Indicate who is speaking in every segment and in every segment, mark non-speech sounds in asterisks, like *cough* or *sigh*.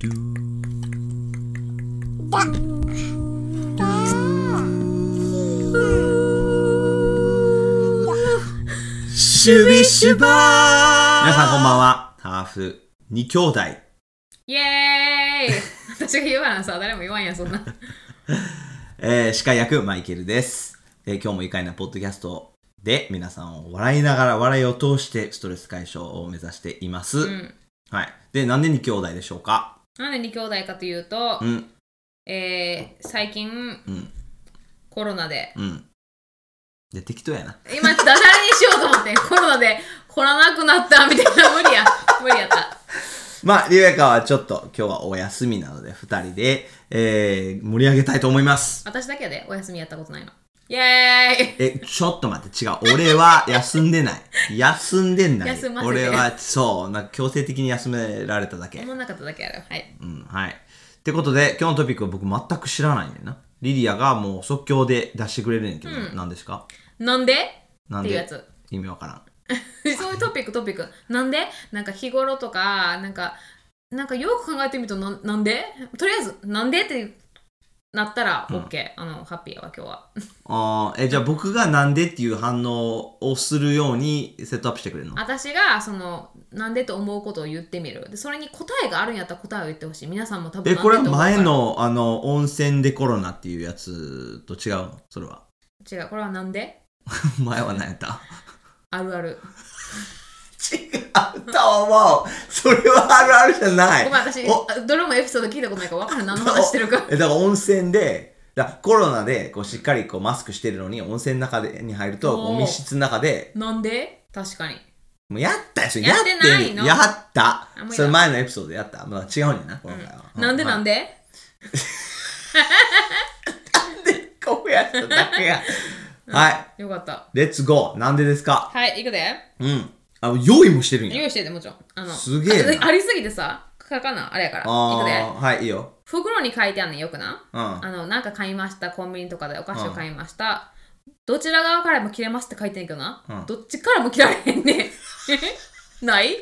Speaker 1: ドゥー
Speaker 2: だだ
Speaker 1: シュビシュバー皆さんこんばんは。ハーフ二兄弟。
Speaker 3: イ
Speaker 1: *laughs*
Speaker 3: エーイ私が言うわなさ誰も言わんやそんな
Speaker 1: えー、司会役マイケルです。えー今日も愉快なポッドキャストで皆さんを笑いながら笑いを通してストレス解消を目指しています。
Speaker 3: うん
Speaker 1: はい。で、なんで二兄弟でしょうか
Speaker 3: なんで二兄弟かというと、
Speaker 1: うん、
Speaker 3: えー、最近
Speaker 1: うん、
Speaker 3: コロナで
Speaker 1: うん。で、適当やな。
Speaker 3: 今ダジャレにしようと思って *laughs* コロナで来らなくなったみたいな無理
Speaker 1: *laughs*
Speaker 3: や無理やった
Speaker 1: まあ、リュウヤカはちょっと今日はお休みなので、二人で、えー、盛り上げたいと思います。
Speaker 3: 私だけやでお休みやったことないのイエーイ
Speaker 1: え、ちょっと待って、違う。俺は休んで
Speaker 3: *laughs*
Speaker 1: ない。休んでない。
Speaker 3: 休ませて
Speaker 1: 俺は、そう、なんか強制的に休められただけ。
Speaker 3: 思んなかっただけやろはい
Speaker 1: うん、はい。ってことで、今日のトピックは僕全く知らないねんな。リリアがもう即興で出してくれるねんけど、な、
Speaker 3: うん
Speaker 1: 何ですか
Speaker 3: なんで
Speaker 1: なん
Speaker 3: っていうや
Speaker 1: で
Speaker 3: つ *laughs*
Speaker 1: 意味わからん。
Speaker 3: そういうトピックトピックなんでなんか日頃とかなんかなんかよく考えてみるとななんでとりあえずなんでってなったら OK、あのハッピーやわ今日は
Speaker 1: あーえ、じゃあ僕がなんでっていう反応をするようにセットアップしてくれるの
Speaker 3: 私がそのなんでと思うことを言ってみるでそれに答えがあるんやったら答えを言ってほしい皆さんも多分
Speaker 1: え、
Speaker 3: なんで
Speaker 1: これは
Speaker 3: と思うから
Speaker 1: 前の、あの、温泉でコロナっていうやつと違うのそれは。 *laughs*
Speaker 3: 違うこれはなんで
Speaker 1: 前は何やった
Speaker 3: あるある
Speaker 1: 違うと思うそれはあるあるじゃな
Speaker 3: ご
Speaker 1: い
Speaker 3: めん私
Speaker 1: お
Speaker 3: あどれもエピソード聞いたことないから分からん何の話してるか
Speaker 1: えだから温泉でだからコロナでこうしっかりこうマスクしてるのに温泉の中でに入ると
Speaker 3: おー
Speaker 1: こう密室の中で
Speaker 3: なんで確かに
Speaker 1: もうやったやつ
Speaker 3: やってないの
Speaker 1: やった
Speaker 3: あもうや
Speaker 1: それ前のエピソードでやった、まあ、違うんやな今回は、う
Speaker 3: *laughs* なんでなん
Speaker 1: で、
Speaker 3: で、
Speaker 1: こうやっただけやはい
Speaker 3: よかった
Speaker 1: レッツゴーなんでですか
Speaker 3: はいいくで
Speaker 1: うんあ用意もしてるんや
Speaker 3: 用意しててもちろんあの
Speaker 1: すげえな
Speaker 3: *laughs* あありすぎてさ書かなあれやからいくで
Speaker 1: ああーはいいいよ
Speaker 3: 袋に書いてあんねんよくな
Speaker 1: うん
Speaker 3: あのなんか買いましたコンビニとかでお菓子を買いました、どちら側からも切れますって書いてんけどな、
Speaker 1: うん
Speaker 3: どっちからも切られへんねんえ *laughs* ない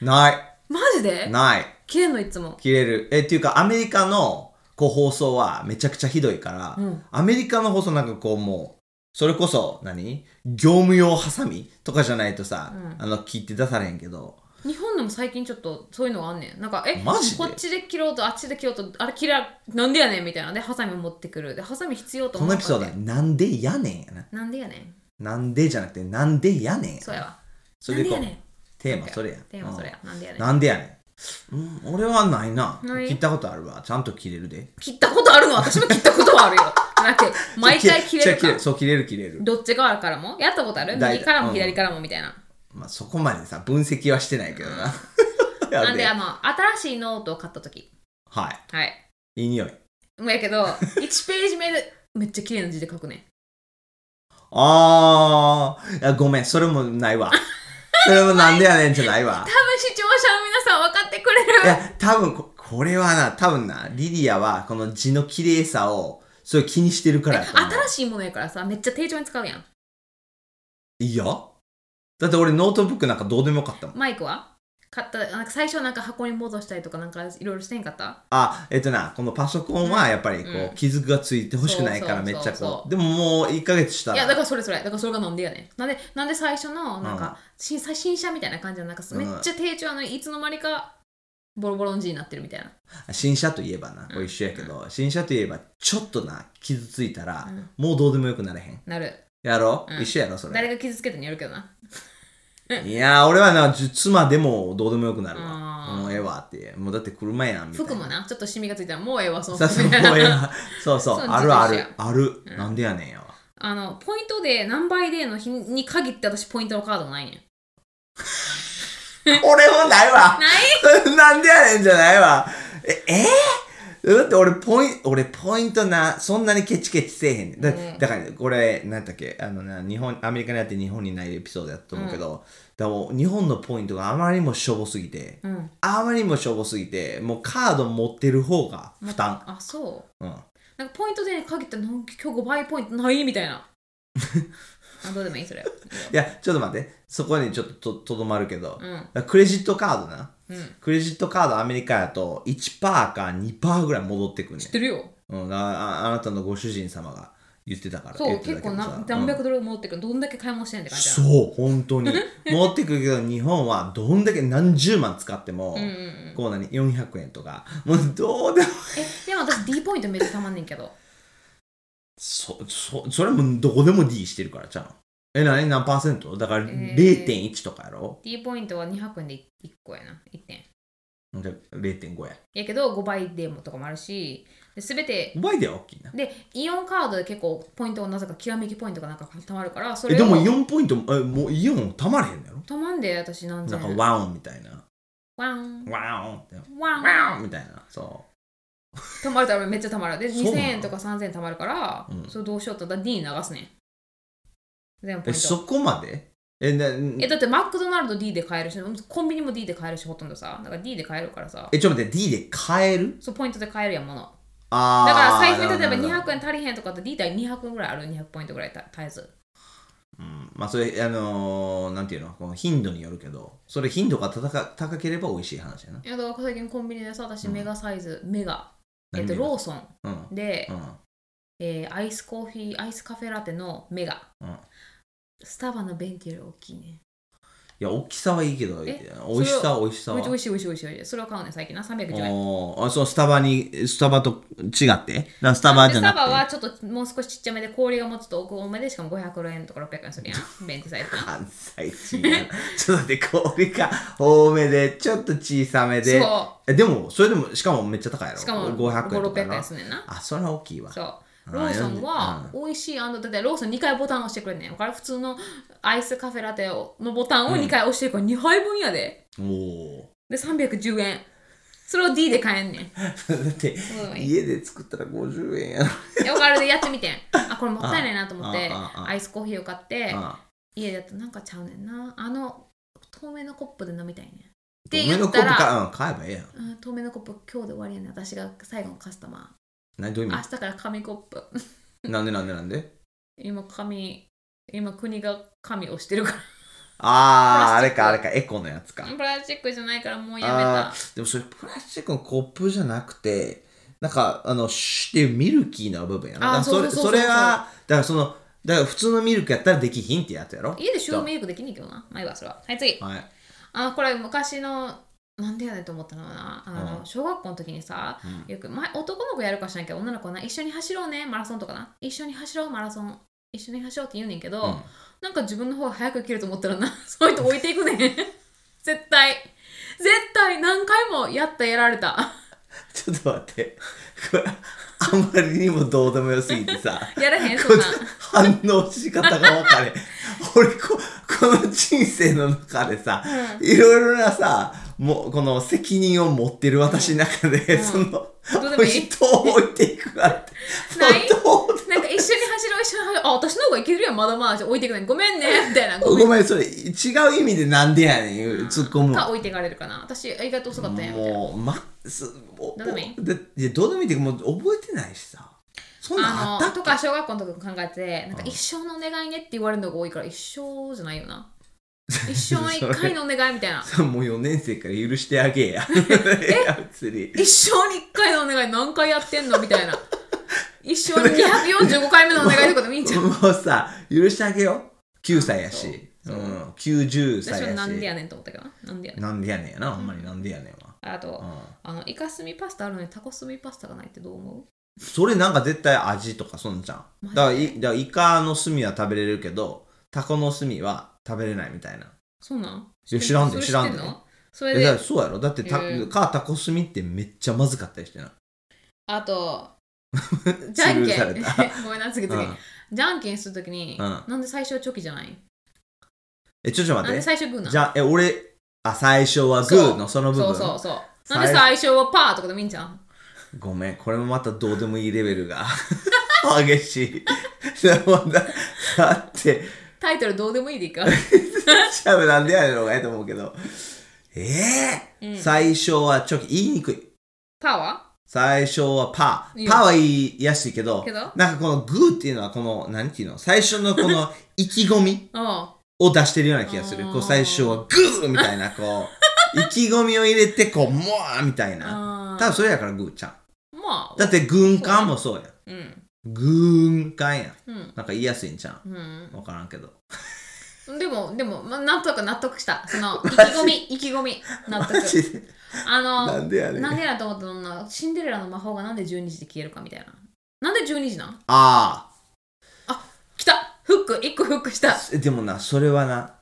Speaker 1: な
Speaker 3: マジ
Speaker 1: い
Speaker 3: で
Speaker 1: ない
Speaker 3: 切れんのいつも
Speaker 1: 切れる。え、っていうか、アメリカのこう放送はめちゃくちゃひどいから、
Speaker 3: うん
Speaker 1: アメリカの放送なんかこうもう、それこそ何、業務用ハサミとかじゃないとさ、
Speaker 3: うん
Speaker 1: あの、切って出されへんけど、
Speaker 3: 日本でも最近ちょっとそういうのがあんねんなんかえ
Speaker 1: マジで
Speaker 3: こっちで切ろうとあっちで切ろうとあれ切らなんでやねんみたいなでハサミ持ってくるでハサミ必要と
Speaker 1: こ
Speaker 3: 思
Speaker 1: のエ
Speaker 3: わな
Speaker 1: ピ
Speaker 3: か
Speaker 1: ソ
Speaker 3: っ
Speaker 1: ー
Speaker 3: た
Speaker 1: ド
Speaker 3: や
Speaker 1: は
Speaker 3: ん
Speaker 1: なんでやねんやな。
Speaker 3: なんでやねん
Speaker 1: なんでじゃなくて、なんでやねんやな。
Speaker 3: そうやわ
Speaker 1: それでこ
Speaker 3: なん
Speaker 1: う
Speaker 3: でやねん、
Speaker 1: テーマそれや。
Speaker 3: テーマそれやなんでや
Speaker 1: う
Speaker 3: ね
Speaker 1: ん
Speaker 3: ん
Speaker 1: なんでやねん。うん、俺はないな。
Speaker 3: ない
Speaker 1: 切ったことあるわ。ちゃんと切れるで。
Speaker 3: 切ったことあるの私も切ったことはあ
Speaker 1: *laughs*
Speaker 3: るよだって毎回切れる
Speaker 1: じゃあ
Speaker 3: か
Speaker 1: そう、切れる切れる。
Speaker 3: どっち側からもやったことある
Speaker 1: 大
Speaker 3: 右から
Speaker 1: う
Speaker 3: も
Speaker 1: ん
Speaker 3: 左からもみたいな、
Speaker 1: まあ、そこまでさ、分析はしてないけどな。 *laughs* やべえ
Speaker 3: なんであの新しいノートを買った時
Speaker 1: はい。
Speaker 3: はい
Speaker 1: いい匂い。
Speaker 3: もうやけ *laughs* ど1ページ目でめっちゃ綺麗な字で書くね
Speaker 1: あーあ、ごめん、それもない
Speaker 3: *laughs*
Speaker 1: わ。それもなんでやねんじゃないわ
Speaker 3: 多。分視聴者の皆さん分かってくれ
Speaker 1: い
Speaker 3: る
Speaker 1: や、多分こ、これはな、多分な、リリアはこの字の綺麗さを、それ気にしてるからやと思う。
Speaker 3: 新しいものやからさめっちゃ丁重に使うやん
Speaker 1: いやだって俺ノートブックなんかどうでもよかったもん。
Speaker 3: マイクは買ったなんか最初なんか箱に戻したりとかなんかいろいろしてんかった
Speaker 1: あ、えっとな、このパソコンはやっぱりこう、
Speaker 3: うん
Speaker 1: 傷がついてほしくないから
Speaker 3: そう
Speaker 1: め
Speaker 3: そう
Speaker 1: っち
Speaker 3: そう
Speaker 1: ゃこ
Speaker 3: そう
Speaker 1: う。でももう1ヶ月した
Speaker 3: い
Speaker 1: ら。
Speaker 3: やだからそれそれだからそれがなんでやねんなんでなんで最初のなん
Speaker 1: うん
Speaker 3: か、新最新車みたいな感じのなんか
Speaker 1: うん
Speaker 3: めっちゃ丁重なのにいつの間にかボロボロの字になってるみたいな
Speaker 1: 新車といえばな、これ一緒やけど、新車といえばちょっとな、傷ついたら、もうどうでもよくなれへん。
Speaker 3: なる
Speaker 1: やろ、
Speaker 3: うん
Speaker 1: 一緒やろ、それ。
Speaker 3: 誰が傷つけたによるけどない
Speaker 1: やー俺はなじゅ妻でもどうでもよくなるわ
Speaker 3: あー
Speaker 1: もうええわってもうだって車やんみたいな
Speaker 3: 服もなちょっとシミがついたらもうええわその
Speaker 1: そう
Speaker 3: 服
Speaker 1: そう
Speaker 3: み
Speaker 1: も
Speaker 3: た
Speaker 1: う
Speaker 3: い
Speaker 1: え
Speaker 3: な
Speaker 1: えわそうそう
Speaker 3: そう
Speaker 1: あるあ
Speaker 3: 自
Speaker 1: る
Speaker 3: 転
Speaker 1: ある、なんでやねんやわ
Speaker 3: *laughs* あの、ポイントで何倍での日に限って私ポイントのカードないねん。
Speaker 1: 俺もないわ
Speaker 3: な
Speaker 1: *laughs*
Speaker 3: い
Speaker 1: なんでやねんじゃないわええーだって俺ポイン俺ポイントなそんなにケチケチせえへんねんだ,、
Speaker 3: うん
Speaker 1: だからこれなんだっけあのな日本アメリカにあって日本にないエピソードやったと思うけど、だからもう日本のポイントがあまりにもしょぼすぎて、
Speaker 3: うん。
Speaker 1: あまりにもしょぼすぎてもうカード持ってる方が負担、
Speaker 3: あ、そう。
Speaker 1: うん *laughs*
Speaker 3: なんかポイントでに限ってなんか今日5倍ポイントないみたいな。あどうでもいいそれ
Speaker 1: いや、ちょっと待って。そこにちょっとととどまるけど。
Speaker 3: うん
Speaker 1: クレジットカードな。
Speaker 3: うん
Speaker 1: クレジットカードアメリカやと1%か2%ぐらい戻ってくんね
Speaker 3: 知ってるよ
Speaker 1: ん。うん、あああなたのご主人様が言ってたから。
Speaker 3: そ
Speaker 1: 言
Speaker 3: う
Speaker 1: って
Speaker 3: 結
Speaker 1: たけ
Speaker 3: 構
Speaker 1: どさ
Speaker 3: な何百ドル戻ってくるどんだけ買い物してんって感じだ
Speaker 1: そう本当
Speaker 3: *laughs*
Speaker 1: に戻ってくるけど日本はどんだけ何十万使っても、
Speaker 3: うんうん
Speaker 1: こう何400円とかもうどうでも
Speaker 3: えでも私 D ポイントめっちゃたまんねんけど
Speaker 1: そそそれもどこでも D してるからちゃんえ何何パーセントだから
Speaker 3: えー
Speaker 1: 0.1とかやろ、
Speaker 3: D ポイントは200円で1個やな1点
Speaker 1: じゃあ0.5や
Speaker 3: やけど5倍デーモとかもあるしで全て
Speaker 1: 5倍では大きいな
Speaker 3: でイオンカードで結構ポイントをなぜかきらめきポイントがなんかたまるからそ
Speaker 1: え
Speaker 3: れ
Speaker 1: で
Speaker 3: を
Speaker 1: も4ポイントもえもう4たまれへんのやろ
Speaker 3: たまんで私何
Speaker 1: な
Speaker 3: 千
Speaker 1: んか
Speaker 3: 円
Speaker 1: ワンみたいな
Speaker 3: ワン
Speaker 1: ワンって
Speaker 3: ワン
Speaker 1: ワンみたいなそ
Speaker 3: たまるたまるめっちゃたまるで
Speaker 1: そうなの
Speaker 3: 2000円とか3000円たまるから
Speaker 1: うん
Speaker 3: それどうしようってだ D に流すねん全部
Speaker 1: う
Speaker 3: ポイ
Speaker 1: え
Speaker 3: ント
Speaker 1: そこまでえな
Speaker 3: えだってマクドナルド D で買えるしコンビニも D で買えるしほとんどさだから D で買えるからさ
Speaker 1: えちょっと待って D で買える
Speaker 3: そうポイントで買えるやんもの
Speaker 1: あー
Speaker 3: だから財布
Speaker 1: なる
Speaker 3: に例えば
Speaker 1: ほどなるほど
Speaker 3: 200円足りへんとかって D 対200ぐらいある200ポイントぐらいた絶えず
Speaker 1: うんまあそれあのー、なんていうのこの頻度によるけどそれ頻度が高か高ければ美味しい話やない
Speaker 3: やだから最近コンビニでさ私メガサイズ、メガえっ
Speaker 1: 何
Speaker 3: と
Speaker 1: で
Speaker 3: ローソン
Speaker 1: うん
Speaker 3: で、
Speaker 1: うん
Speaker 3: えーアイスコーヒーアイスカフェラテのメガ
Speaker 1: うん
Speaker 3: スタバのベンティより大きいね
Speaker 1: いや大きさはいいけど美
Speaker 3: え
Speaker 1: 味しさは美味しさ
Speaker 3: めっちゃ美
Speaker 1: は
Speaker 3: 味しい美味しい美味しい美味しいそれを買うね最近な310円
Speaker 1: おーあそうスタバにスタバと違ってなスタバじゃなくて
Speaker 3: でスタバはちょっともう少しちっちゃめで氷がもうちょっと多めでしかも500円とか600円するや
Speaker 1: *laughs*
Speaker 3: んベンティサイズ
Speaker 1: 関西人やな *laughs* ちょっと待って氷が多めでちょっと小さめで
Speaker 3: そ
Speaker 1: えでもそれでもしかもめっちゃ高いやろ
Speaker 3: しかも
Speaker 1: 500円とかや
Speaker 3: 600
Speaker 1: ろ
Speaker 3: 円すんねんな
Speaker 1: あそれは大きいわ
Speaker 3: そう
Speaker 1: あ
Speaker 3: ローソンは
Speaker 1: う
Speaker 3: 美味しいあのだってローソン2回ボタン押してくれんねんだから普通のアイスカフェラテをのボタンを2回押してるから2杯分やで
Speaker 1: おお
Speaker 3: で310円それを D で買えんねんい
Speaker 1: *laughs* だって
Speaker 3: うん
Speaker 1: 家で作ったら50円やろ
Speaker 3: やわかるでやってみてんあこれもったいないなと思って
Speaker 1: あああああ
Speaker 3: アイスコーヒーを買って
Speaker 1: あ
Speaker 3: 家だとなんかちゃうねんなあの透明のコップで飲みたいねんって
Speaker 1: お
Speaker 3: 言
Speaker 1: の
Speaker 3: っ
Speaker 1: コッ
Speaker 3: た
Speaker 1: プ
Speaker 3: ら
Speaker 1: か、うん、買えばええやん。
Speaker 3: うん透明のコップ今日で終わりやねん私が最後のカスタマ
Speaker 1: 何どういう
Speaker 3: ー
Speaker 1: 意
Speaker 3: 明日から紙コップ *laughs*
Speaker 1: 味なんでなんでなんで
Speaker 3: 今紙今国が紙をしてるから
Speaker 1: あー、あ
Speaker 3: プラ
Speaker 1: れ
Speaker 3: スチック
Speaker 1: かあれか、エコのやつか。
Speaker 3: プラスチックじゃないからもうやめ
Speaker 1: あ
Speaker 3: た。
Speaker 1: ーでもそれプラスチックのコップじゃなくて、なんか、あの、シュっていうミルキーな部分やな。
Speaker 3: あー
Speaker 1: だかられ
Speaker 3: そうそうそうそう
Speaker 1: れは、だからその、だから普通のミルクやったらできひんってやつやろ。
Speaker 3: 家でシューメイクできんねんけどな。まあいいわ、それは。はい、次。
Speaker 1: はい。
Speaker 3: あ、これ昔の、なんでやねんと思ったのかな。あの、
Speaker 1: うん
Speaker 3: 小学校の時にさ、
Speaker 1: うん
Speaker 3: よく、前、男の子やるかしらんけど、女の子はな、一緒に走ろうね、マラソンとかな。一緒に走ろう、マラソン。一緒に走ろうって言うねんけど、
Speaker 1: うん *laughs*
Speaker 3: なんか自分の方が早く切ると思ったらな、 *laughs* そういう人置いていくねん。 *laughs* 絶対。絶対何回もやったやられた。
Speaker 1: ちょっと待って。 *laughs* これ、あんまりにもどうでもよすぎてさ。
Speaker 3: やらへん、
Speaker 1: こ
Speaker 3: そ
Speaker 1: い
Speaker 3: ん
Speaker 1: *laughs* つ
Speaker 3: なん。
Speaker 1: 反応し方が分
Speaker 3: *laughs*
Speaker 1: かれん俺ここの人生の中でさ、いろいろなさもうこの責任を持ってる私の中で、
Speaker 3: ん
Speaker 1: その、
Speaker 3: どうでもいい
Speaker 1: 人を置いていくからって
Speaker 3: ない
Speaker 1: もう *laughs* どう
Speaker 3: なんか一緒に走ろう、一緒に走ろう。あ、私の方がいけるやん、まだまだ。じゃあ置いていくねん。ごめんね、
Speaker 1: *laughs*
Speaker 3: みたいな。ごめん
Speaker 1: ごめんそれ違う意味でなんでやねん突っ込む
Speaker 3: か置いていかれるかな私意外と遅かったんやみたいな
Speaker 1: もうまずも
Speaker 3: どうでもいい
Speaker 1: だいやどうでもいいってもう覚えてないしさそんなんあ
Speaker 3: あ
Speaker 1: っ
Speaker 3: の
Speaker 1: たっけ
Speaker 3: とか小学校の時も考えてなんか
Speaker 1: うん
Speaker 3: 一生のお願いねって言われるのが多いから一生じゃない
Speaker 1: *laughs*
Speaker 3: よな一生に一回のお願いみたいな
Speaker 1: さもう4年生から許してあげやい *laughs* や別に
Speaker 3: 一生に一回のお願い何回やってんのみたい
Speaker 1: *laughs*
Speaker 3: な一生に245回目のお願いとかでもいいんじゃん
Speaker 1: もうさ許してあげよ9歳やし
Speaker 3: そうそう
Speaker 1: うん、90歳
Speaker 3: 私
Speaker 1: や
Speaker 3: は
Speaker 1: し
Speaker 3: なんでやねんと思ったけどななんでやねん
Speaker 1: なんでやねんやなほんまになんでやねんわ、
Speaker 3: あと
Speaker 1: うん
Speaker 3: あのイカスミパスタあるのにタコスミパスタがないってどう思
Speaker 1: それなんか絶対味とかそんじゃん
Speaker 3: マジ
Speaker 1: だからいだからイカの炭は食べれるけどタコの炭は食べれないみたいな
Speaker 3: うそうなん
Speaker 1: いや知らんで
Speaker 3: それ知って
Speaker 1: 知らんで
Speaker 3: のそ
Speaker 1: え
Speaker 3: れ
Speaker 1: だから
Speaker 3: で
Speaker 1: そうやろだってた、
Speaker 3: えー
Speaker 1: かタコ炭ってめっちゃまずかったりしてな *laughs*
Speaker 3: あとじゃん
Speaker 1: スルー
Speaker 3: け
Speaker 1: さ
Speaker 3: ん
Speaker 1: れ
Speaker 3: ごめんな *laughs* 次次
Speaker 1: うん
Speaker 3: じゃんけんするときに、
Speaker 1: うん
Speaker 3: なんで最初はチョキじゃない
Speaker 1: えちょっと
Speaker 3: なん
Speaker 1: 待
Speaker 3: で
Speaker 1: って
Speaker 3: 最初グーなの
Speaker 1: じゃあえ俺あ最初はグーのその部
Speaker 3: そ
Speaker 1: 分
Speaker 3: うそうそう。なんで最初はパーとかでもいいんじゃん
Speaker 1: ごめん、これもまたどうでもいいレベルが *laughs* 激しい。でもだだって、
Speaker 3: タイトルどうでもいいでい
Speaker 1: *laughs*
Speaker 3: いか。
Speaker 1: しゃべなんでやねんのがいいと思うけど。ええ
Speaker 3: うん
Speaker 1: 最初はチョキ、言いにくい。
Speaker 3: パーは
Speaker 1: 最初はパ
Speaker 3: いい
Speaker 1: ー。
Speaker 3: よ
Speaker 1: パーは言いやすいけど、
Speaker 3: けど
Speaker 1: なんかこのグーっていうのはこの、なんていうの最初のこの意気込み
Speaker 3: あ
Speaker 1: を出してるような気がする。
Speaker 3: あー
Speaker 1: こう最初はグーみたいな、こ
Speaker 3: *laughs*
Speaker 1: う、意気込みを入れて、こう、もわーみたいな。
Speaker 3: あ
Speaker 1: 多分それやからグーちゃん。
Speaker 3: まあ
Speaker 1: だって軍艦もそうやん。
Speaker 3: うん
Speaker 1: 軍艦やん。
Speaker 3: うん
Speaker 1: なんか言いやすいんちゃ
Speaker 3: うん
Speaker 1: ん。わからんけど。
Speaker 3: でもでも、まあ、なんとか納得したその意気込み意気込み納
Speaker 1: マ
Speaker 3: 得
Speaker 1: ジで
Speaker 3: あ
Speaker 1: *laughs*
Speaker 3: の
Speaker 1: なんでやねん。
Speaker 3: なん
Speaker 1: あ
Speaker 3: でやと思ったのなシンデレラの魔法がなんで12時で消えるかみたいななんで12時なん
Speaker 1: あー。
Speaker 3: 来たフック1個フックした
Speaker 1: えでもなそれはな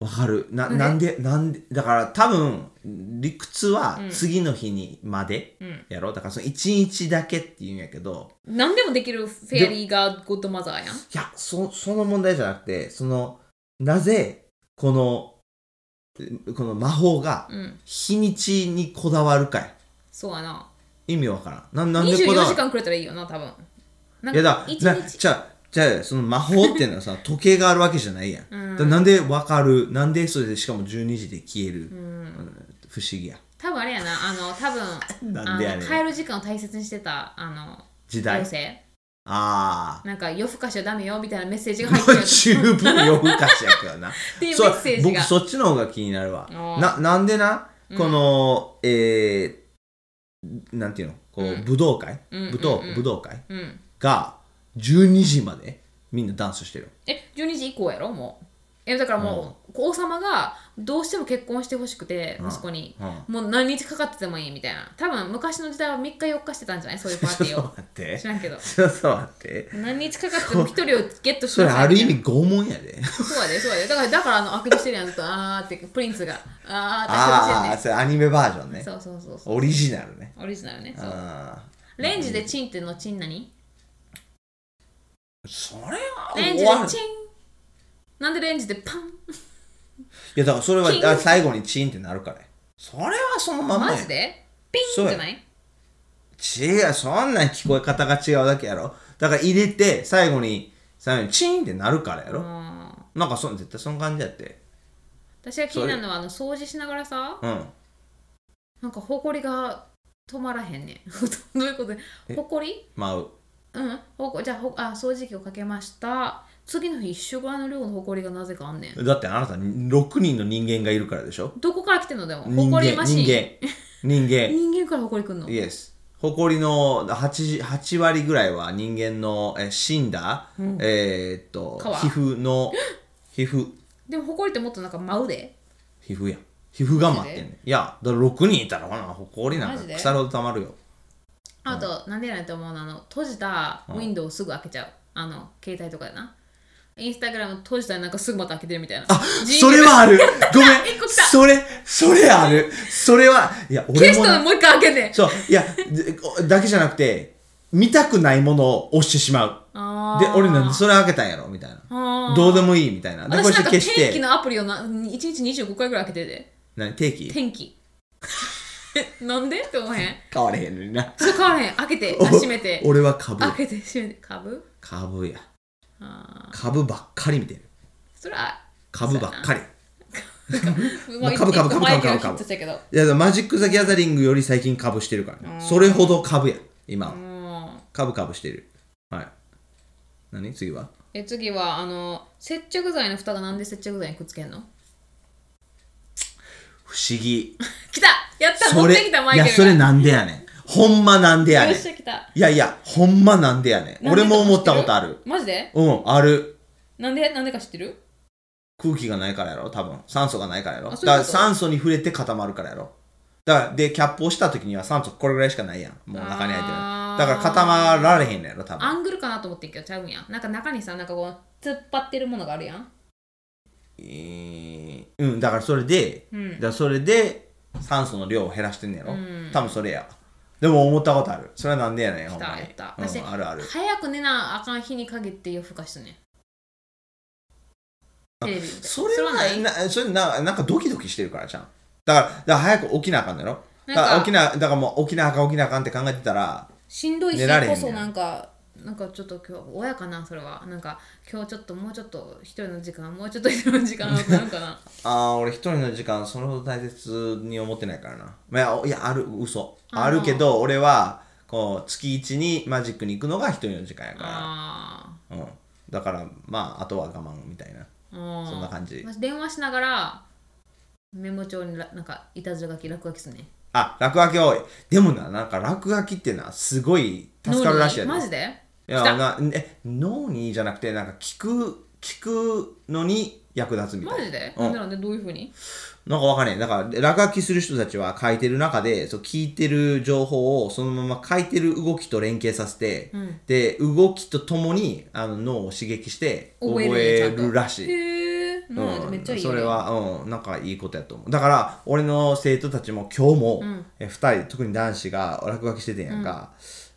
Speaker 1: わかるなな
Speaker 3: なんん
Speaker 1: でなんでだから多分理屈は
Speaker 3: うん
Speaker 1: 次の日にまで
Speaker 3: うん
Speaker 1: やろ、だからその1日だけっていうんやけど
Speaker 3: 何でもできるフェアリーガーゴッドマザーやん
Speaker 1: いやそその問題じゃなくてそのなぜこのえこの魔法が
Speaker 3: うん
Speaker 1: 日にちにこだわるかい
Speaker 3: そうやな
Speaker 1: 意味わからんななんでこだわ
Speaker 3: 24時
Speaker 1: る
Speaker 3: 間くれたらいいよな多分なん
Speaker 1: いやだ
Speaker 3: 一
Speaker 1: な
Speaker 3: 日
Speaker 1: じゃあじゃあその魔法っていうのは
Speaker 3: *laughs*
Speaker 1: さ時計があるわけじゃないやん、
Speaker 3: うん
Speaker 1: だからなんでわかるなんでそれでしかも12時で消える、
Speaker 3: うん
Speaker 1: 不思議や
Speaker 3: 多分あれやなあの多分
Speaker 1: *laughs* なんでやねん
Speaker 3: あの帰る時間を大切にしてたあの
Speaker 1: 時代
Speaker 3: 行政
Speaker 1: ああ
Speaker 3: なんか夜更かしはダメよみたいなメッセージ
Speaker 1: *laughs*
Speaker 3: が
Speaker 1: も
Speaker 3: 入ってる
Speaker 1: う十分夜更かしやけどな
Speaker 3: っていう
Speaker 1: そ
Speaker 3: *laughs* メ
Speaker 1: う
Speaker 3: ッセージ
Speaker 1: 僕
Speaker 3: が
Speaker 1: そっちの方が気になるわ
Speaker 3: おー
Speaker 1: ななんでな
Speaker 3: うん
Speaker 1: この、えー、なんていうのこう、
Speaker 3: うん
Speaker 1: 武道会、
Speaker 3: うん
Speaker 1: 武道
Speaker 3: うんうん
Speaker 1: 武道会
Speaker 3: うん
Speaker 1: が12時までみんなダンスしてる
Speaker 3: え12時以降やろもうえだからもう、王様がどうしても結婚してほしくて
Speaker 1: うん
Speaker 3: 息子に、
Speaker 1: うん
Speaker 3: もう何日かかっててもいいみたいな多分昔の時代は3日4日してたんじゃないそういう *laughs* パー
Speaker 1: ち
Speaker 3: テ
Speaker 1: ょっと
Speaker 3: ィーを
Speaker 1: 待って
Speaker 3: 知ら
Speaker 1: *laughs*
Speaker 3: んけど
Speaker 1: ちょっと待って
Speaker 3: 何日かかっても1人をゲットし
Speaker 1: そ
Speaker 3: な
Speaker 1: れ
Speaker 3: さ
Speaker 1: あ
Speaker 3: い
Speaker 1: る
Speaker 3: み
Speaker 1: 意
Speaker 3: たいな
Speaker 1: 味拷問やで
Speaker 3: そうやでそうやでだからだからあのあくびしてるやんずっとあーってプリンスがあーってあくびしてる
Speaker 1: ああ
Speaker 3: ね
Speaker 1: それアニメバージョンね
Speaker 3: そうそうそうそう
Speaker 1: オリジナルね
Speaker 3: オリジナルねそう
Speaker 1: ああ
Speaker 3: レンジでチンってのチン何
Speaker 1: ーそれは
Speaker 3: レン
Speaker 1: 終
Speaker 3: ジで
Speaker 1: わる
Speaker 3: チンなんでレンジでパン
Speaker 1: いやだからそれは
Speaker 3: チン
Speaker 1: あ最後にチンってなるからねそれはそのまんま
Speaker 3: マ
Speaker 1: や
Speaker 3: ジでピ
Speaker 1: そう
Speaker 3: ン
Speaker 1: や
Speaker 3: じゃない
Speaker 1: 違うそんなん聞こえ方が違うだけやろだから入れて最後に最後にチンってなるからやろ、
Speaker 3: あー
Speaker 1: なんかそん絶対その感じやって
Speaker 3: 私が気になるのはあの掃除しながらさ
Speaker 1: うん
Speaker 3: なんかほこりが止まらへん *laughs* ねんどういうこと
Speaker 1: え
Speaker 3: ほこり
Speaker 1: まあ
Speaker 3: うんほこじゃあほあ掃除機をかけました次の日1週ぐらいの量のほこりがなぜかあんねん
Speaker 1: だってあなた6人の人間がいるからでしょ
Speaker 3: どこから来てんのでもほ
Speaker 1: 人
Speaker 3: こ
Speaker 1: 間
Speaker 3: りマシン
Speaker 1: 人間人
Speaker 3: *laughs*
Speaker 1: 間
Speaker 3: 人間からほこりくんの
Speaker 1: イエス埃の 8, 8割ぐらいは人間のえ死んだ、えーっと皮
Speaker 3: 皮
Speaker 1: 膚の皮膚
Speaker 3: でもほこりってもっとなんか舞うで
Speaker 1: 皮膚やん皮膚が待ってんねんいやだから6人いたらほな埃なん
Speaker 3: マ
Speaker 1: か
Speaker 3: ジで
Speaker 1: 腐るほどたまるよ
Speaker 3: あと、なんでやねんと思うのあの閉じたウィンドウをすぐ開けちゃう、あの携帯とかでなインスタグラム閉じたらなんかすぐまた開けてるみたいなあ
Speaker 1: それはあるご
Speaker 3: *laughs*
Speaker 1: めん
Speaker 3: 一個来た
Speaker 1: それそれあるそれはいや
Speaker 3: 消
Speaker 1: 俺
Speaker 3: し
Speaker 1: も
Speaker 3: た
Speaker 1: な
Speaker 3: のもう一回開けて
Speaker 1: そういやでおだけじゃなくて見たくないものを押してしまう
Speaker 3: あー
Speaker 1: で俺なんでそれ開けたんやろみたいな
Speaker 3: あー
Speaker 1: どうでもいいみたいなで
Speaker 3: 私なんか
Speaker 1: 消し
Speaker 3: 天気
Speaker 1: て
Speaker 3: のアプリをな1日25回ぐらい開けてて
Speaker 1: 何定期
Speaker 3: 天気 *laughs* えなんでって思わへん
Speaker 1: 変われへんのに
Speaker 3: *laughs*
Speaker 1: な
Speaker 3: そう変わらへん開けてあ閉めて
Speaker 1: お俺は株
Speaker 3: 開けて閉めて株
Speaker 1: 株や
Speaker 3: あー
Speaker 1: 株ばっかり見てる
Speaker 3: それは
Speaker 1: 株ばっかり
Speaker 3: まあ
Speaker 1: 株株
Speaker 3: 一個
Speaker 1: 株
Speaker 3: 前に
Speaker 1: 株株株
Speaker 3: はヒットしたけど
Speaker 1: いやマジック・ザ・ギャザリングより最近株してるからね
Speaker 3: うん
Speaker 1: それほど株や今は
Speaker 3: うん
Speaker 1: 株株してるはい何次は
Speaker 3: え次はあの接着剤の蓋がなんで接着剤にくっつけんの
Speaker 1: 不思議
Speaker 3: 来たやった
Speaker 1: そ
Speaker 3: *laughs* 持っ
Speaker 1: れ
Speaker 3: てきたマ
Speaker 1: い
Speaker 3: イケル
Speaker 1: や
Speaker 3: が
Speaker 1: それなんでやねんほんまなんでやね
Speaker 3: よ
Speaker 1: ん
Speaker 3: っしゃ来た
Speaker 1: いやいやほんまなんでやねん俺も思ったことある
Speaker 3: マジで
Speaker 1: うんある
Speaker 3: なんでなんでか知ってる
Speaker 1: 空気がないからやろ多分酸素がないからやろだか
Speaker 3: あそういう
Speaker 1: ら
Speaker 3: こと
Speaker 1: 酸素に触れて固まるからやろだからでキャップをした時には酸素これぐらいしかないやんもう中に入ってる
Speaker 3: あー
Speaker 1: だから固まられへんのやろ多
Speaker 3: ア
Speaker 1: 分
Speaker 3: ングルかなと思ってんけどちゃうんやなんか中にさなんかこう突っ張ってるものがあるやん
Speaker 1: えーうんだからそれで、
Speaker 3: うん
Speaker 1: だからそれで酸素の量を減らしてんねやろ、
Speaker 3: うん
Speaker 1: 多分それやでも思ったことあるそれはなんでやねんほ
Speaker 3: 来
Speaker 1: んま
Speaker 3: た
Speaker 1: に
Speaker 3: やった
Speaker 1: うん
Speaker 3: 私
Speaker 1: あるある
Speaker 3: 早く寝なあかん日に限って夜更かしとねテレビ見て
Speaker 1: それは
Speaker 3: な
Speaker 1: ない
Speaker 3: い
Speaker 1: なそれななんかドキドキしてるからじゃんだからだから早く起きなあかんのやろだ
Speaker 3: なんか
Speaker 1: から起きなだからもう起きなあかん起きなあかんって考えてたら
Speaker 3: しんどい
Speaker 1: 寝
Speaker 3: 日
Speaker 1: られへんね
Speaker 3: こ
Speaker 1: ん
Speaker 3: そなんかなんかちょっと今日親かなそれはなんか今日ちょっともうちょっと一人の時間もうちょっと一人の時間なん
Speaker 1: *laughs*
Speaker 3: かな
Speaker 1: あー俺一人の時間それほど大切に思ってないからなまあいやある嘘
Speaker 3: あー
Speaker 1: あるけど俺はこう月1にマジックに行くのが一人の時間やか
Speaker 3: あ
Speaker 1: ら、うん、だからまああとは我慢みたいな
Speaker 3: ーあ
Speaker 1: そんな感じ
Speaker 3: まあ電話しながらメモ帳にらなんかいたずら書き落書きっすね
Speaker 1: あ落書き多いでもななんか落書きってなすごい助かるらしいや
Speaker 3: 脳にマジで
Speaker 1: いや
Speaker 3: 来た
Speaker 1: なえ脳にじゃなくてなんか聞く聞くのに役立つみたい
Speaker 3: マ
Speaker 1: な
Speaker 3: ジで、
Speaker 1: うん、
Speaker 3: なのでどういうふうに
Speaker 1: なんかわかんないだから落書きする人たちは書いてる中でそう聞いてる情報をそのまま書いてる動きと連携させて、
Speaker 3: うん
Speaker 1: で動きとともにあの脳を刺激して覚えるらしい
Speaker 3: いへえ、
Speaker 1: うん、
Speaker 3: めっちゃいい、ね、
Speaker 1: それは、うん、なんかいいことやと思うだから俺の生徒たちも今日も、
Speaker 3: ん
Speaker 1: え2人特に男子が落書きしててんやんか、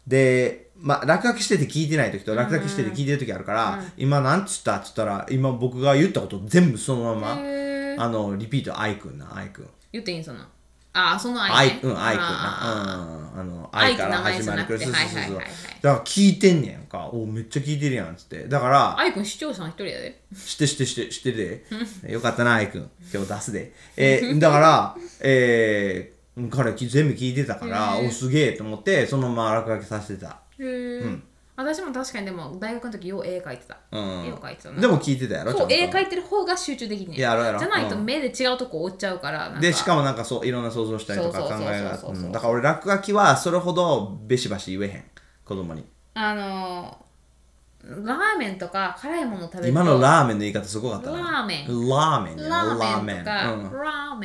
Speaker 1: で、まあ、落書きしてて聞いてない時と落書きしてて聞いてる時あるから、今なんつったっつったら今僕が言ったこと全部そのまま、
Speaker 3: へー
Speaker 1: あのリピートアイくんなアイくん
Speaker 3: 言っていいんそのああその
Speaker 1: ア
Speaker 3: 愛、
Speaker 1: イ
Speaker 3: ね、
Speaker 1: うんアイくん
Speaker 3: あ
Speaker 1: なうんあのアイから始まるから
Speaker 3: アイ
Speaker 1: そ
Speaker 3: って名
Speaker 1: う
Speaker 3: 前
Speaker 1: そう
Speaker 3: じゃ
Speaker 1: そう
Speaker 3: なくて
Speaker 1: そう
Speaker 3: は
Speaker 1: だか
Speaker 3: いはいはいはい
Speaker 1: ら聞いてんねやんかおめっちゃ聞いてるやんっつってだから
Speaker 3: ー愛くん視聴者の一人やで
Speaker 1: してしてしてして *laughs* るで。よかったな、アイくん。今日出すで。えーだから、えー彼き全部聞いてたから、
Speaker 3: へー
Speaker 1: お、すげえと思って、そのまま落書きさせてた。
Speaker 3: へえ、私も確かにでも大学の時よう絵描いてた、
Speaker 1: うん
Speaker 3: 絵を描いてたな
Speaker 1: でも聞いてたやろ、
Speaker 3: そう絵描
Speaker 1: い
Speaker 3: いてる方が集中できんねん
Speaker 1: やろやろ
Speaker 3: じゃないと
Speaker 1: うん
Speaker 3: 目で違うとこ追っちゃうからなんか
Speaker 1: で、しかもなんかそう、いろんな想像したりとか
Speaker 3: そう
Speaker 1: 考
Speaker 3: そうそうそう
Speaker 1: えが、
Speaker 3: そう
Speaker 1: う
Speaker 3: そうそうん
Speaker 1: だから俺、落書きはそれほどべしばし言えへん。子供に。
Speaker 3: あのーラーメンとか辛いもの食べると
Speaker 1: 今のラーメンの言い方すごかったな。
Speaker 3: ラーメン
Speaker 1: ラーメンやな。
Speaker 3: ラーメン
Speaker 1: ラ
Speaker 3: とか
Speaker 1: ーメンうん
Speaker 3: ラー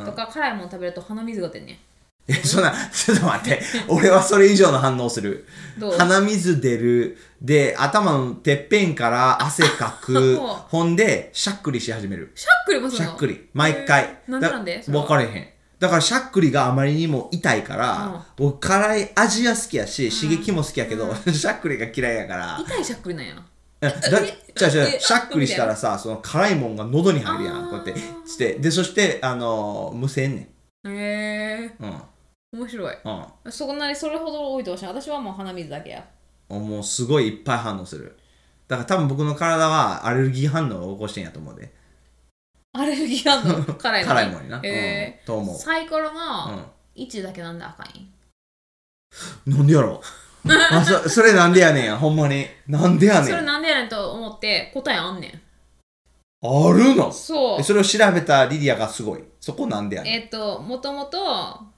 Speaker 3: メンとか辛いもの食べると鼻水が出んね
Speaker 1: えそんな、 *laughs* ちょっと待って。俺はそれ以上の反応する
Speaker 3: どう。
Speaker 1: 鼻水出る。で、頭のてっぺんから汗かく。
Speaker 3: *laughs* そう
Speaker 1: ほんで、しゃっくりし始める
Speaker 3: ん。しゃっくりもす
Speaker 1: し
Speaker 3: る
Speaker 1: ゃ
Speaker 3: の
Speaker 1: っくり。毎回
Speaker 3: へ。ーなんでなんでそれは
Speaker 1: 分かれへん。だからしゃっくりがあまりにも痛いから、僕辛い味は好きやし、刺激も好きやけど、 *laughs* しゃっくりが嫌いやから。
Speaker 3: 痛いしゃっくりなんや
Speaker 1: *laughs* だじゃじゃ
Speaker 3: え
Speaker 1: しゃっくりしたらさ、その辛いもんが喉に入るやん。こうやって。して、で、そして、あのー、むせんね
Speaker 3: へ
Speaker 1: ん。
Speaker 3: え
Speaker 1: うん。
Speaker 3: 面白い
Speaker 1: うん。
Speaker 3: そんなにそれほど多いとはしない私はもう鼻水だけや
Speaker 1: もうすごいいっぱい反応するだから多分僕の体はアレルギー反応を起こしてんやと思うで
Speaker 3: アレルギーなの
Speaker 1: *laughs*
Speaker 3: 辛いの
Speaker 1: 辛いもんにな、
Speaker 3: へ
Speaker 1: うん、と
Speaker 3: ー
Speaker 1: 思
Speaker 3: サイコロ
Speaker 1: う、
Speaker 3: の
Speaker 1: う
Speaker 3: 位置だけなんで赤いん
Speaker 1: ん、なんでやろ
Speaker 3: *laughs*
Speaker 1: うあそそれなんでやねんほんまになんでやね
Speaker 3: それ
Speaker 1: んあ
Speaker 3: なんでやねんと思って答えあんねん
Speaker 1: るの
Speaker 3: そう
Speaker 1: えそれを調べたリリアがすごいそこなんでやねん
Speaker 3: えっ、ともともと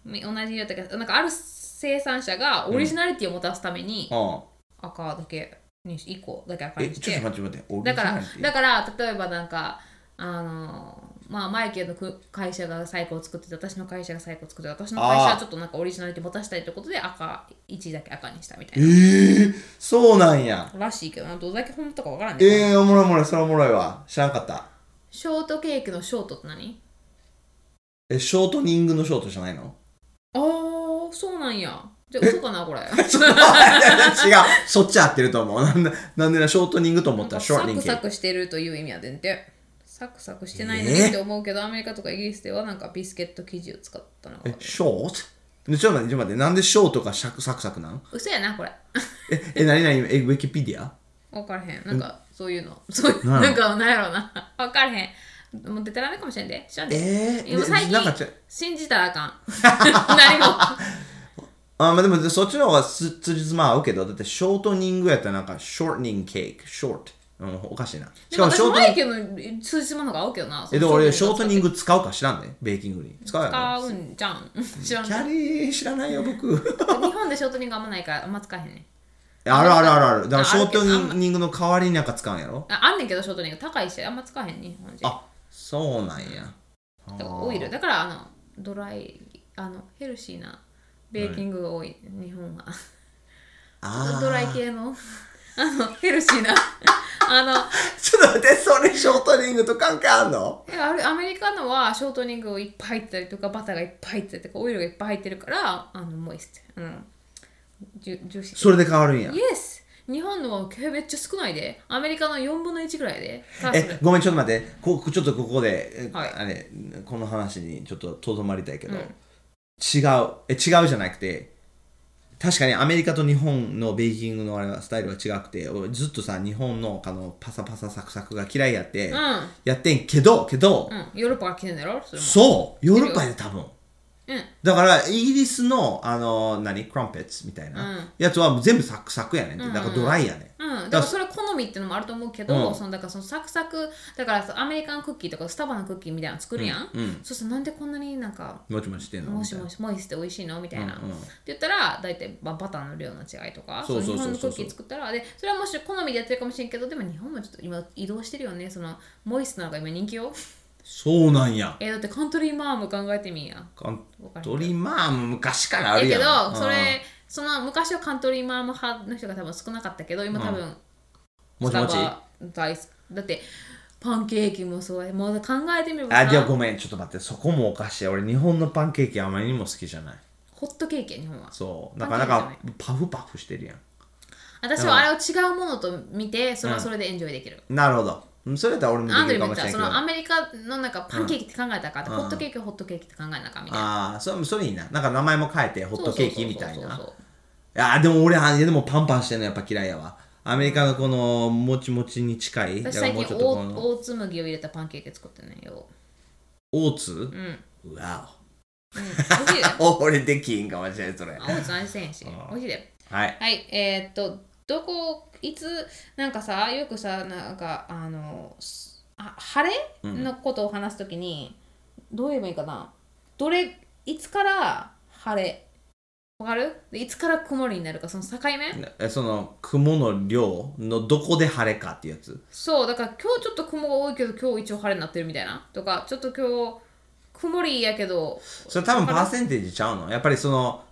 Speaker 3: み同じ色だけどなんかある生産者がオリジナリティを持たすために
Speaker 1: うん
Speaker 3: 赤だけにし1個だけ赤
Speaker 1: え
Speaker 3: にし
Speaker 1: ちょってと待って待って俺
Speaker 3: だから
Speaker 1: か
Speaker 3: だから例えばなんかあのまあマイケルのく会社がサイコを作ってて私の会社がサイコを作ってて私の会社
Speaker 1: あ
Speaker 3: は
Speaker 1: ー
Speaker 3: ちょっとなんかオリジナリティ持たしたいってことで赤1だけ赤にしたみた
Speaker 1: え
Speaker 3: いな
Speaker 1: ー、そうなんや
Speaker 3: らしいけどなどれだけ本当かわからんねん
Speaker 1: えー、おもろいおもろいそれおもろいわ知らんかった
Speaker 3: ショートケーキのショートって何
Speaker 1: えショートニングのショートじゃない
Speaker 3: *laughs*
Speaker 1: の
Speaker 3: ああそうなんやじゃあ嘘かなこれ
Speaker 1: ちょっと待って違うそっち合ってると思うなんでなんでなショートニングと *laughs* 思ったらショー
Speaker 3: サ
Speaker 1: トニン
Speaker 3: ク
Speaker 1: グ
Speaker 3: サクしてるという意味やでんてサクサクしてないのにって思うけど、アメリカとかイギリスではなんかビスケット生地を使ったのが
Speaker 1: え、ショートちょっと待って、ちょっと待って、なんでショートがサクサクサクなん
Speaker 3: 嘘やなこれ
Speaker 1: え、え、なになにえ、ウィキペディア
Speaker 3: 分からへんなんかそういうのそういう
Speaker 1: なん
Speaker 3: な
Speaker 1: や
Speaker 3: んかなんやろうな *laughs* 分からへんもうデタラメかもしれんで知らんで、
Speaker 1: えー
Speaker 3: でも最
Speaker 1: でなんか
Speaker 3: 近
Speaker 1: ちゃ
Speaker 3: 信じたらあか
Speaker 1: *laughs*
Speaker 3: ん何も
Speaker 1: あ、まあでもそっちの方がすつじつま合うけど、だってショートニングやったらなんか、ショートニングケーキ、ショート。うん、おかしいな。し
Speaker 3: で
Speaker 1: か
Speaker 3: も
Speaker 1: もシ
Speaker 3: 私
Speaker 1: ョート
Speaker 3: マ
Speaker 1: ニ
Speaker 3: イ
Speaker 1: ング。
Speaker 3: ケルの通じものが合うけどな
Speaker 1: え、でも俺、ショートニン
Speaker 3: グ
Speaker 1: グ使うか知らんで、ベーキングに。使うや
Speaker 3: 使
Speaker 1: ろ。
Speaker 3: うんじゃん知らん
Speaker 1: キ
Speaker 3: けど
Speaker 1: ャリー知らないよ、僕。 *laughs*
Speaker 3: 日本でショートニングあんまないからあんま使えへんね
Speaker 1: あるあるあるある。だからショー
Speaker 3: あるけどあん
Speaker 1: ト
Speaker 3: ま
Speaker 1: ニングの代わりになんか使うんやろ
Speaker 3: ああんねんけどショートニング高いしあんま使えへん日本人
Speaker 1: あ、そうなんや。 *laughs* あ
Speaker 3: だから
Speaker 1: ー
Speaker 3: オイルだからあのドライあのヘルシーなベーキングが多い、日本は
Speaker 1: あー
Speaker 3: ドライ系のあのヘルシーな *laughs* あの
Speaker 1: ちょっと待って、それショートニングと関係あんの
Speaker 3: えあるアメリカのはショートニングをいっぱい入ってたりとかバターがいっぱい入ってたりとかオイルがいっぱい入ってるからあのモイストあのジュジューシー
Speaker 1: それで変わるんや
Speaker 3: イ。エス日本のはめっちゃ少ないでアメリカの4分の1ぐらいでターソ
Speaker 1: え
Speaker 3: ル
Speaker 1: ごめんちょっと待ってこちょっとここで、え
Speaker 3: はい
Speaker 1: あれこの話にちょっととどまりたいけど、
Speaker 3: うん
Speaker 1: 違うえ違うじゃなくて確かにアメリカと日本のベーキングのあれはスタイルは違くて俺ずっとさ日本のあのパサパササクサクが嫌いやって、やってんけどけど、
Speaker 3: うん、うん、ヨーロッパから来てんだろそれも
Speaker 1: そうヨーロッパやで多分
Speaker 3: うん
Speaker 1: だからイギリスのあの何クランペッツみたいな、
Speaker 3: うん
Speaker 1: やつはもう全部サクサクやねんってだからドライやね
Speaker 3: うん、だか
Speaker 1: だ
Speaker 3: らそれ好みってのもあると思うけど、
Speaker 1: うん
Speaker 3: そのだからそのサクサクだからそのアメリカンクッキーとかスタバのクッキーみたいなの作るやん、
Speaker 1: ん、うん、
Speaker 3: そしたらなんでこんなになんか
Speaker 1: もちもちしてんの
Speaker 3: もしも
Speaker 1: し
Speaker 3: しモイスで美味しいのみたいな、
Speaker 1: うんうん
Speaker 3: って言ったら大体まあバターの量の違いとか
Speaker 1: そうそうそうそう
Speaker 3: の日本のクッキー作ったらでそれはもし好みでやってるかもしれんけどでも日本もちょっと今移動してるよねそのモイスなのが今人気よ
Speaker 1: そうなんや
Speaker 3: *laughs* えだってカントリーマーム考えてみんや
Speaker 1: カン
Speaker 3: わかる
Speaker 1: トリーマーム昔からあ
Speaker 3: だ
Speaker 1: る
Speaker 3: け
Speaker 1: やん
Speaker 3: どそれその昔はカントリーマーム派の人が多分少なかったけど今多分、
Speaker 1: うんもちもち
Speaker 3: スタバ大好きだってパンケーキもそうやもう考えてみれば
Speaker 1: あ
Speaker 3: さ
Speaker 1: じゃあごめんちょっと待ってそこもおかしい俺日本のパンケーキあまりにも好きじゃない
Speaker 3: ホットケーキや日本は
Speaker 1: そう
Speaker 3: パ
Speaker 1: な
Speaker 3: ン
Speaker 1: んか
Speaker 3: ケーキ
Speaker 1: な
Speaker 3: じゃ
Speaker 1: ん
Speaker 3: ない
Speaker 1: かパフパフしてるやん
Speaker 3: 私はあれを違うものと見てそれはそれでエンジョイできる、
Speaker 1: なるほどうんそれやったら俺もで
Speaker 3: ア
Speaker 1: き
Speaker 3: ンド
Speaker 1: る
Speaker 3: リ
Speaker 1: か
Speaker 3: ーめ
Speaker 1: も
Speaker 3: っ
Speaker 1: し
Speaker 3: ち
Speaker 1: れな
Speaker 3: ゃ
Speaker 1: いけ
Speaker 3: そ
Speaker 1: ど
Speaker 3: のアメリカのなんかパンケーキって考えたらあかんって、
Speaker 1: うん
Speaker 3: ホットケーキはホットケーキって考えなあかんみたいな、
Speaker 1: ああそれもそれいいななんか名前も変えてホットケーキみたい
Speaker 3: そうそうそう
Speaker 1: な
Speaker 3: そう
Speaker 1: あーでも俺あいやでもパンパンしてるのやっぱ嫌いやわアメリカのこのもちもちに近い
Speaker 3: 私
Speaker 1: だから
Speaker 3: 最
Speaker 1: もう
Speaker 3: 近
Speaker 1: ちょっとこの
Speaker 3: 大大つむぎを入れたパンケーキ作ってないよ
Speaker 1: オーツ *laughs*
Speaker 3: うんうん
Speaker 1: うわ
Speaker 3: 美味しいで
Speaker 1: お *laughs* 俺できんかもしれないそれ
Speaker 3: あ大津安せんやし
Speaker 1: あ
Speaker 3: 美味しいで
Speaker 1: はい
Speaker 3: はい、えーっと、どこ、いつ、なんかさ、よくさ、なんか、あの、すあ晴れ
Speaker 1: うん
Speaker 3: のことを話すときに、どう言えばいいかな。どれ、いつから晴れ。わかるでいつから曇りになるか、その境目
Speaker 1: えその雲の量のどこで晴れかっていうやつ
Speaker 3: そう、だから今日ちょっと雲が多いけど、今日一応晴れになってるみたいな。とか、ちょっと今日、曇りやけど、
Speaker 1: それ多分
Speaker 3: わ
Speaker 1: パ
Speaker 3: かる
Speaker 1: ーセンテージちゃうのやっぱりその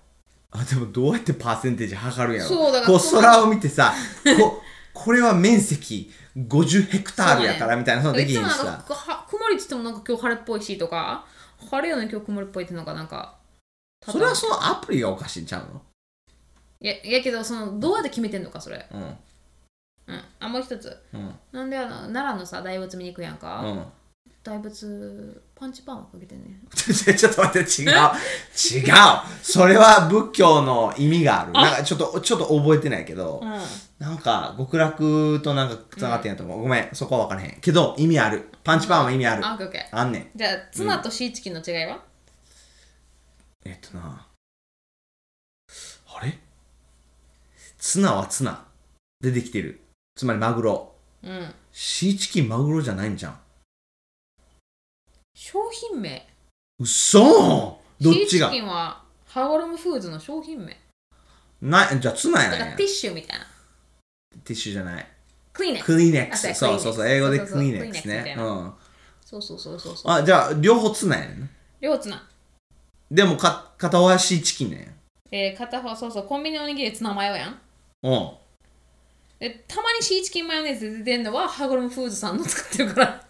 Speaker 1: あでもどうやってパーセンテージ測るんやろ
Speaker 3: そうだから
Speaker 1: こう
Speaker 3: この
Speaker 1: 空を見てさここれは面積50ヘクタールやからみたいなそので
Speaker 3: い
Speaker 1: き
Speaker 3: つ
Speaker 1: へ
Speaker 3: も
Speaker 1: ん
Speaker 3: なん
Speaker 1: し
Speaker 3: か
Speaker 1: さ
Speaker 3: こは曇りって言ってもなんか今日晴れっぽいしとか、晴れよね、今日曇りっぽいってのがなんか、
Speaker 1: それはそのアプリがおかしいんちゃう
Speaker 3: ややけどそのどうやって決めてんのかそれ、
Speaker 1: の
Speaker 3: うん、あもう一つ
Speaker 1: うんうん
Speaker 3: なんであの奈良のさ大仏見に行くやんか、
Speaker 1: うん
Speaker 3: 大仏パンチパーマかけてんね
Speaker 1: *laughs* ちょちょっと待って、違う。違う。それは仏教の意味がある。なんかちょっと、ちょっと覚えてないけど、
Speaker 3: ん
Speaker 1: なんか極楽となんかつながってんやと思う。ごめん、そこは分からへん。けど、意味ある。パンチパンは意味ある。
Speaker 3: あオッケーオッケ
Speaker 1: あんねん。
Speaker 3: ーじゃあツナとシーチキンの違いは、
Speaker 1: えっとな。あれツナはツナ。出てきてる。つまりマグロ。
Speaker 3: うん
Speaker 1: シーチキンマグロじゃないんじゃん。
Speaker 3: 商品名
Speaker 1: うっそーどっち
Speaker 3: シー
Speaker 1: が
Speaker 3: チキンはハーゴルムフーズの商品名
Speaker 1: ない、じゃあツナや
Speaker 3: だ
Speaker 1: な
Speaker 3: か
Speaker 1: ん
Speaker 3: ら
Speaker 1: や。テ
Speaker 3: ティッシュみたいな
Speaker 1: ィッシュじゃない。
Speaker 3: クリーネ
Speaker 1: クリーネック
Speaker 3: あ
Speaker 1: ス。
Speaker 3: そ
Speaker 1: そううそうそう。
Speaker 3: クリ
Speaker 1: 英
Speaker 3: ーネ
Speaker 1: 語
Speaker 3: ックス
Speaker 1: でクリーネックス
Speaker 3: そうそうクリーネックスみたい
Speaker 1: ね。
Speaker 3: な
Speaker 1: うん。
Speaker 3: そうそうそうそうそう
Speaker 1: あ、じゃあ、両方ツナやねん。
Speaker 3: 両ツナ
Speaker 1: でもか、片方はシーチキンね
Speaker 3: えー、片方そうそうコンビニおにぎりツナマヨやん
Speaker 1: ん。うん。
Speaker 3: でたまにシーチキンマヨネーズで出てんのはハーゴルムフーズさんの使ってるから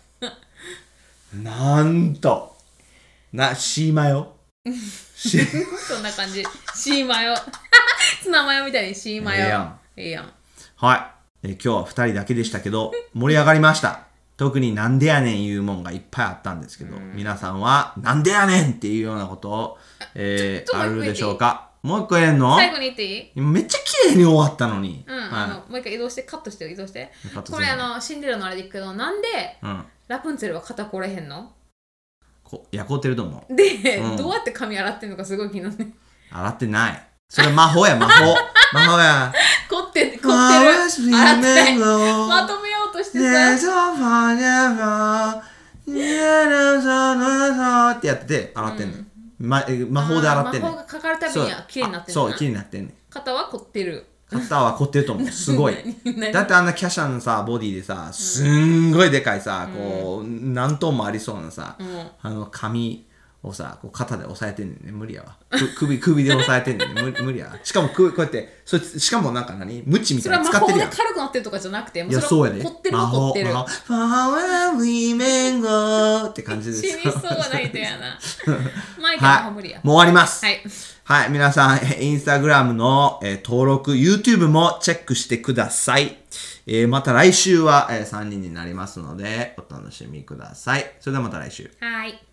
Speaker 1: なんと。な、シーマヨ。シー
Speaker 3: そんな感じ。シーマヨ。ツナマヨみたいにシーマヨ。
Speaker 1: ええやん。
Speaker 3: ええやん。
Speaker 1: *laughs* はい、えー今日は2人だけでしたけど盛り上がりました特になんでやねんいうもんがいっぱいあったんですけど皆さんはなんでやねんっていうようなことを、え
Speaker 3: ち
Speaker 1: ー、
Speaker 3: ょちょっ
Speaker 1: あ
Speaker 3: ともう一個
Speaker 1: るでしょうかもう一個やんの
Speaker 3: 最後に言っていい
Speaker 1: 今めっちゃ綺麗に終わったのに、
Speaker 3: うん、あ
Speaker 1: は
Speaker 3: のもう一回移動してカットしてよ移動して
Speaker 1: カットする
Speaker 3: これあのシンデレラのあれでいくけどなんで
Speaker 1: いうん、
Speaker 3: ラプンツェルは肩これへんの
Speaker 1: こいやこうてると思う
Speaker 3: で、
Speaker 1: うん
Speaker 3: どうやって髪洗ってんのかすごい気になるね
Speaker 1: 洗ってないそれ魔法や魔
Speaker 3: *laughs*
Speaker 1: 法魔法や
Speaker 3: 凝って凝ってる洗ってないま
Speaker 1: ま
Speaker 3: とめようとしてさ、
Speaker 1: ってやってて洗ってんの、ま、え魔法で洗ってん
Speaker 3: あー魔
Speaker 1: の
Speaker 3: 法がかかるたびには綺麗になってる
Speaker 1: そ
Speaker 3: の
Speaker 1: うあそ
Speaker 3: な
Speaker 1: う綺麗になってん
Speaker 3: *laughs*
Speaker 1: ねん
Speaker 3: 肩は凝ってる
Speaker 1: 肩は凝ってると思うす
Speaker 3: *laughs*
Speaker 1: ごい
Speaker 3: 何
Speaker 1: だってあんなキャシャのさボディでさすんごいでかいさ、こう何トンもありそうなさ、
Speaker 3: ん
Speaker 1: あの髪をさこう肩で押さえてんねんね無理やわく首首で押さえてんねんね無理無理やわしかも首こうやってそいつしかもなんか何ムチみ
Speaker 3: そ
Speaker 1: た
Speaker 3: れ
Speaker 1: い
Speaker 3: は
Speaker 1: に
Speaker 3: 魔
Speaker 1: 使っ
Speaker 3: 法
Speaker 1: てる
Speaker 3: で
Speaker 1: やん
Speaker 3: 軽くなってるとかじゃなくても
Speaker 1: いや、そうやで。
Speaker 3: 凝ってるは凝ってる
Speaker 1: 魔法。Power we m a go って感じ
Speaker 3: 死
Speaker 1: です。
Speaker 3: にそうな人
Speaker 1: *laughs*
Speaker 3: やなマイケルは無理や
Speaker 1: もう終わります。
Speaker 3: はい。
Speaker 1: はい、皆さん、えインスタグラムの、えー登録、YouTube もチェックしてください。えーまた来週は、え3人になりますので、お楽しみください。それではまた来週。
Speaker 3: はい